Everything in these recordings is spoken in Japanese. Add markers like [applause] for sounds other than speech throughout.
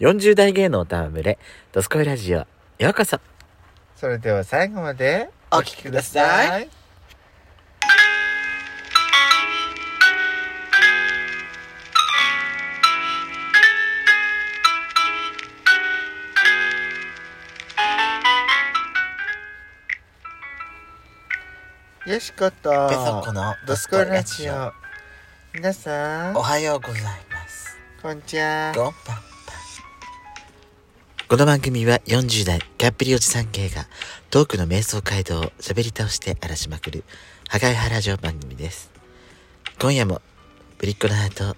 40代芸能おたむれ、ドスコイラジオ、ようこそ。それでは最後までお聞きください。よしこと、ペソコのドスコイラジオ。皆さん、はようございます。こんにちは。んぱんぱん。この番組は40代、キャッピリおじさん系が、トークの瞑想街道を喋り倒して荒らしまくる、破壊派ラジオ番組です。今夜も、ぶりっ子のハートを、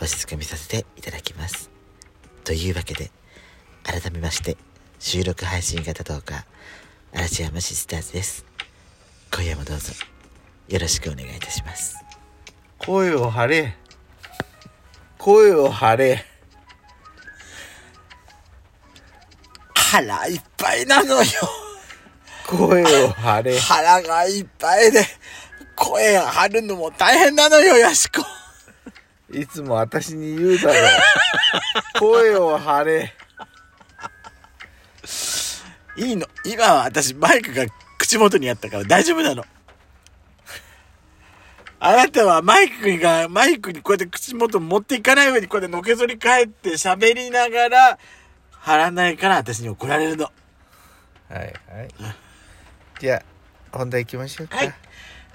わしづかみさせていただきます。というわけで、改めまして、収録配信型動画、嵐山シスターズです。今夜もどうぞ、よろしくお願いいたします。声を張れ声を張れ腹いっぱいなのよ声を張れ腹がいっぱいで、声張るのも大変なのよ、ヤシコ。いつも私に言う [laughs] だろう声を張れいいの。今は私、マイクが口元にあったから大丈夫なの。あなたはマイクが、マイクにこうやって口元持っていかない上にこうやってのけぞり返って喋りながら、張らないから私に怒られるの。はいはいじゃあ本題行きましょうかはい。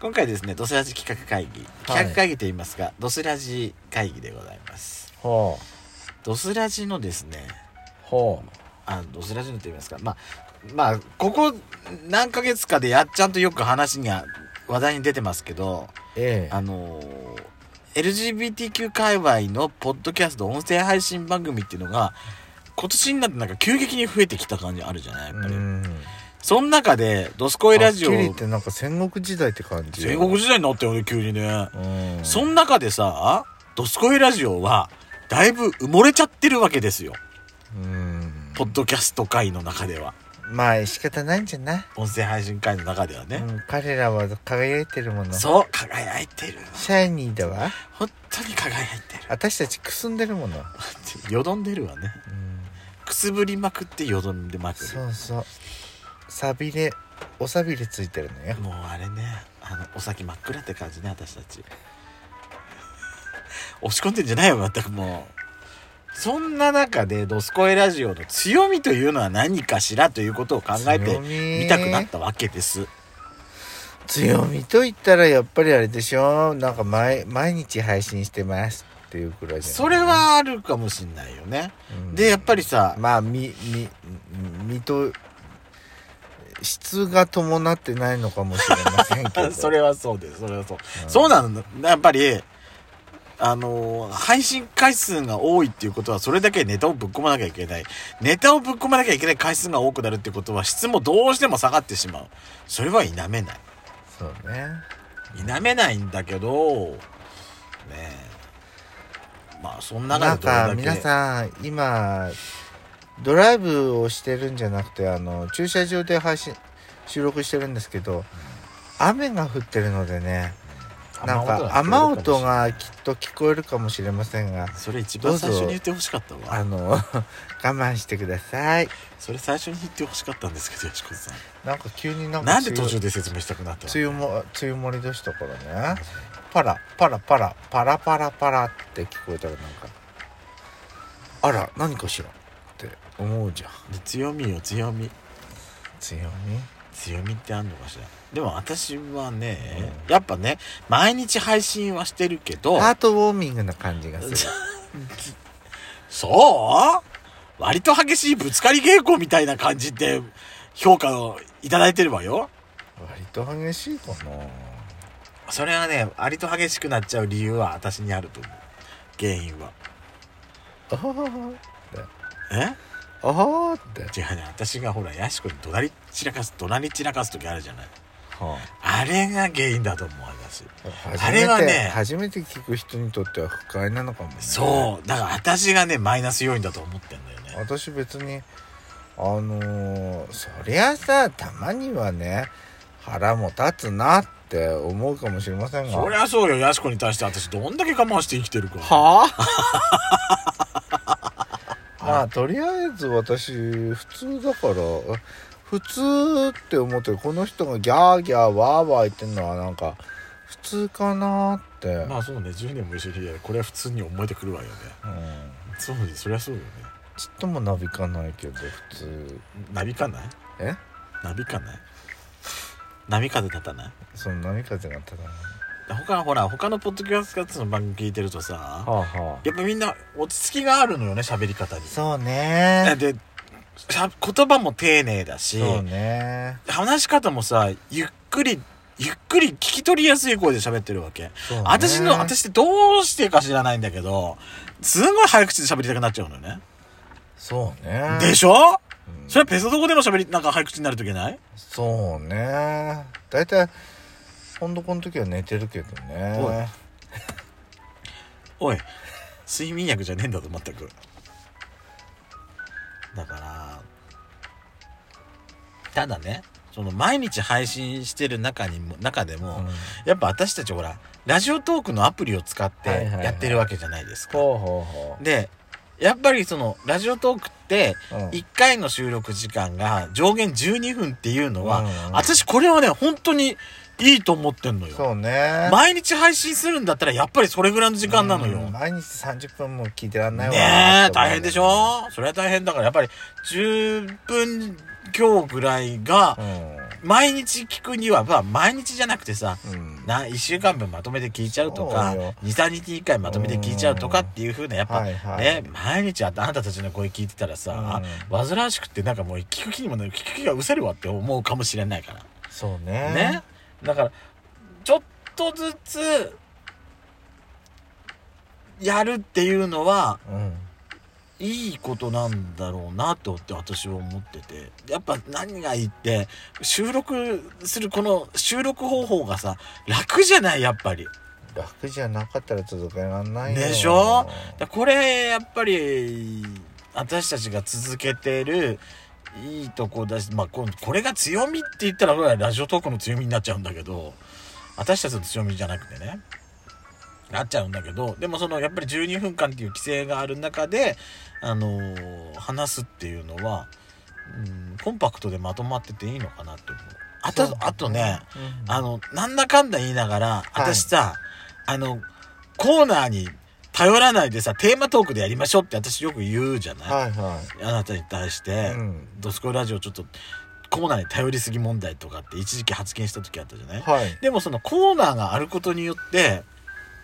今回ですね、ドスラジ企画会議。企画会議と言いますか、ドスラジ会議でございます。ほうドスラジのですね、ほあのドスラジオと言いますかまあまあここ何ヶ月かでやっちゃんとよく話には話題に出てますけどうえあのー LGBTQ 界隈のポッドキャスト音声配信番組っていうのが今年になってなんか急激に増えてきた感じあるじゃないやっぱり、うんその中で「ドスコイラジオはっきり」言ってなんか戦国時代って感じ戦国時代になったよね急にね、うんその中でさ「ドスコイラジオ」はだいぶ埋もれちゃってるわけですようんポッドキャスト界の中ではまあ仕方ないんじゃない音声配信界の中ではね、うん彼らは輝いてるものシそう、輝いてる。ャイニーだわ本当に輝いてる。私たちくすんでるもの、よどんでるわね。うんくすぶりまくってよどんでまくそうそうさびれおさびれついてるのよる。もうあれね、あの、お先真っ暗って感じね、私たち。 [laughs] 押し込んでんじゃないよ、全くもう。そんな中で、ドスコイラジオの強みというのは何かしらということを考えて強みみたくなったわけです。強みと言ったらやっぱりあれでしょなんか毎毎日配信してますっていうくらいじゃないそれ、はあるかもしんないよね。うんで、やっぱりさ、まあみみみと質が伴ってないのかもしれませんけ [laughs] どそれはそうです。それはそう。うんそうなのやっぱり、あのー配信回数が多いっていうことは、それだけネタをぶっ込まなきゃいけない。ネタをぶっ込まなきゃいけない回数が多くなるってことは、質もどうしても下がってしまう。それは否めない。そうね否めないんだけど、ねえ。まあ、そんななん中かでどれだ皆けさん今ドライブをしてるんじゃなくてあの駐車場で配信収録してるんですけど雨が降ってるのでねなんか雨音、がきっと聞こえるかもしれませんがそれ一番最初に言ってほしかったあわ。の [laughs] 我慢してくださいそれ最初に言ってほしかったんですけど、よしこさん。なんか急になんかなんで梅途雨中で説明したくなったの梅雨も梅雨盛りでしたからねパラパラパラパラパラパラって聞こえたらなんかあら何かしらって思うじゃんで強みよ、強み。強み強みってあんのかしらでも私はね、やっぱね毎日配信はしてるけどハートウォーミングな感じがするそう割と激しいぶつかり稽古みたいな感じで評価をいただいてるわよ割と激しいかなそれはね割と激しくなっちゃう理由は私にあると思う原因はあーえあーって、違うね私がほらヤシコに怒鳴り散らかす怒鳴り散らかす時あるじゃないはあれが原因だと思う私あ、あれはね初めて聞く人にとっては不快なのかもねそうだから私がねマイナス要因だと思ってんだよね私別にあのーそりゃさたまにはね腹も立つなって思うかもしれませんがそりゃそうよ、ヤシコに対して私どんだけ我慢して生きてるか。はあ [laughs] まあとりあえず私普通だから普通って思ってるこの人がギャーギャーワーワー言ってんのはなんか普通かなって、まあそうね10年も一緒にいやこれは普通に思えてくるわよねうん、そうねそりゃそうよねちっともなびかないけど普通なびかないえなびかない波風立たないその波風がただな他ほら他のポッドキャストの番組聞いてるとさあはやっぱみんな落ち着きがあるのよね喋り方にそうねでしゃ言葉も丁寧だしそうね話し方もさゆっくりゆっくり聞き取りやすい声で喋ってるわけ、そうね私の私ってどうしてか知らないんだけどすごい早口で喋りたくなっちゃうのよね、そうねでしょうんそれはペソドコでも喋りなんか早口になるといけないそうね大体今度この時は寝てるけどねおい睡眠薬じゃねえんだと全くだからただねその毎日配信してる中にも中でも、うんやっぱ私たちほらラジオトークのアプリを使ってはいはいはいやってるわけじゃないですか、ほうほうほでやっぱりそのラジオトークってううん1回の収録時間が上限12分っていうのは、うんうん私これはね本当にいいと思ってんのよそうね毎日配信するんだったらやっぱりそれぐらいの時間なのよ。うんね毎日30分も聞いてらんないわえ、って思う大変でしょそれは大変だから、やっぱり10分強ぐらいがう、ん毎日聞くには、まあ毎日じゃなくてさ、うんな、1週間分まとめて聞いちゃうとかそうよ、 2、3日に1回まとめて聞いちゃうとかっていう風な、やっぱ、はいはいね、毎日あんたたちの声聞いてたらさ、煩わしくってなんかもう聞く気にもなる、聞く気がうせるわって思うかもしれないから。そうねね、だからちょっとずつやるっていうのはうんいいことなんだろうなとって私は思っててやっぱ何がいいって収録するこの収録方法がさ楽じゃないやっぱり楽じゃなかったら続けらんないよでしょだこれやっぱり私たちが続けてるいいとこだし、まあ、ここれが強みって言ったら俺はラジオトークの強みになっちゃうんだけど私たちの強みじゃなくてねなっちゃうんだけどでもそのやっぱり12分間っていう規制がある中で、あのー話すっていうのは、うん、コンパクトでまとまってていいのかなって思う。あとそうだねあとねうんあの、なんだかんだ言いながら、い私さ、あの、コーナーに頼らないでさ、テーマトークでやりましょうって私よく言うじゃない、はいはあなたに対して、いうんドスコイラジオちょっとコーナーに頼りすぎ問題とかって一時期発言した時あったじゃない、はいでもそのコーナーがあることによって、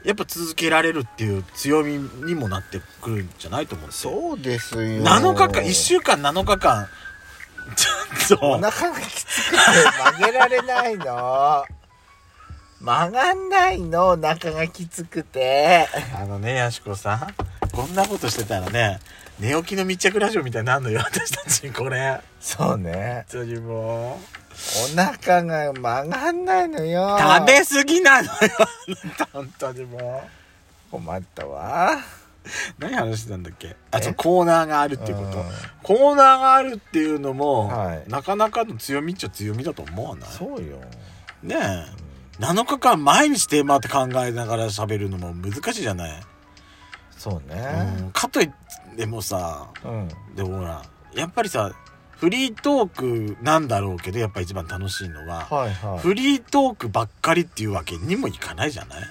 やっぱ続けられるっていう強みにもなってくるんじゃないと思うんですよ。そうですよ7日間、1週間7日間、ちょっと。お腹がきつくて曲げられないの曲がんないのお腹がきつくてあのね、やしこさん、こんなことしてたらね、寝起きの密着ラジオみたいになるのよ、私たち、これ。そうね本当にもう。お腹が曲がんないのよ食べ過ぎなのよ、本当にも困ったわう。何話してたんだっけあ、えそう、コーナーがあるっていうこと。コーナーがあるっていうのも、はいなかなかの強みっちゃ強みだと思わないそうよねえ。7日間毎日テーマって考えながら喋るのも難しいじゃない、そううねん、かといってもさ、うんでもほらやっぱりさフリートークなんだろうけどやっぱ一番楽しいのは、はいはいフリートークばっかりっていうわけにもいかないじゃない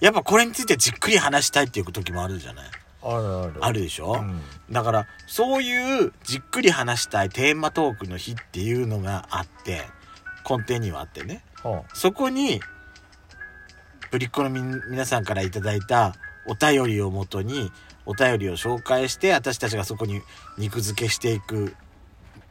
やっぱこれについてじっくり話したいっていう時もあるじゃないあるあるあるでしょ、うんだからそういうじっくり話したいテーマトークの日っていうのがあって根底にはあってねはそこにぶりっ子のみん皆さんからいただいたお便りをもとにお便りを紹介して私たちがそこに肉付けしていく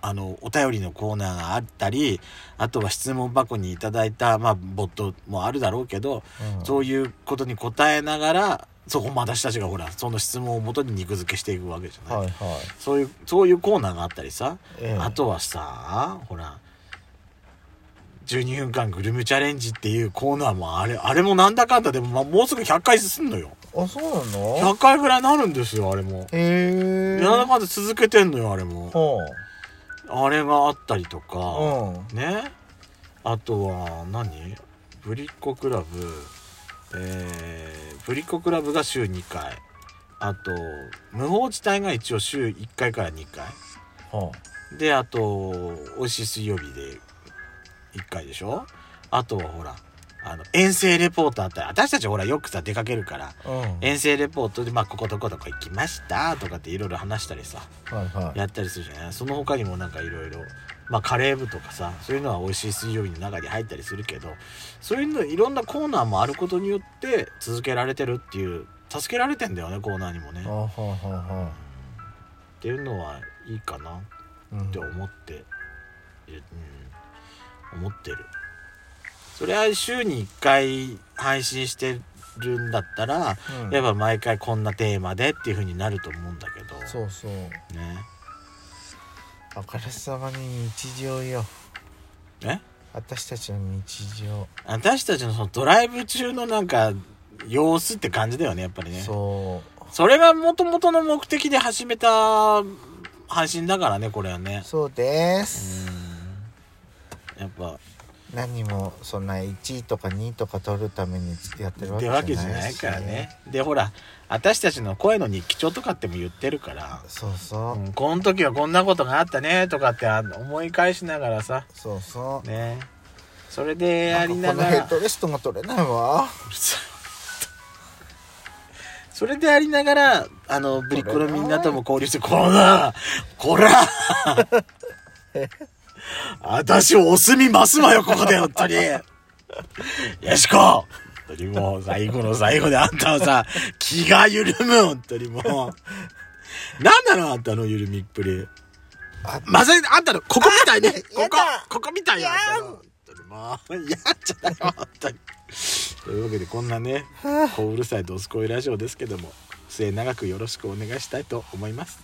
あのお便りのコーナーがあったりあとは質問箱にいただいた、まあ、ボットもあるだろうけど、あうんそういうことに答えながらそこも私たちがほらその質問をもとに肉付けしていくわけじゃない、はいはいそういうそういうコーナーがあったりさええあとはさほら12分間グルメチャレンジっていうコーナーもあれあれもなんだかんだでも、まあ、もうすぐ100回すんのよあそうなの100回ぐらいなるんですよあれもへえなんだかんだ続けてんのよあれもほあれがあったりとうか、うんねあとは何ぶりっ子クラブえー、ぶりっ子クラブが週2回あと無法地帯が一応週1回から2回はであと美味しい水曜日で1回でしょあとはほらあの遠征レポーターって私たちほらよくさ出かけるからあうん遠征レポートで、まあ、こことこどこ行きましたとかっていろいろ話したりさはいはいやったりするじゃないその他にもなんかいろいろまあカレー部とかさそういうのは美味しい水曜日の中に入ったりするけどそういうのいろんなコーナーもあることによって続けられてるっていう助けられてんだよねコーナーにもねあはあはあはっていうのはいいかなあうんって思っている、うん、思ってるそれは週に1回配信してるんだったら、うんやっぱ毎回こんなテーマでっていう風になると思うんだけどそうそうねあからさまに日常よえ私たちの日常私たちのそのドライブ中のなんか様子って感じだよねやっぱりねそそうれがもともとの目的で始めた配信だからねこれはねそうでうすんやっぱ何もそんな1位とか2位とか取るためにやってるってわわけけじじゃゃなないいしからねでほら私たちの声の日記帳とかっても言ってるから、そうそううん、この時はこんなことがあったねとかってあの思い返しながらさそうそうねそれでやりななんかこのがヘらッドレストが取れないわ [laughs] それでありながらあのぶりっ子のみんなとも交流して「こらこら私をお墨ますわよここで本当によしこ本当にもう最後の最後であんたはさ気が緩む本当にもう何なのあんたの緩みっぷりあまさにあんたのここみたいねここだここみたいよあんたの本当にもう嫌じゃないよ本当にというわけでこんなね小うるさい「ドスコイラジオ」ですけども末永くよろしくお願いしたいと思います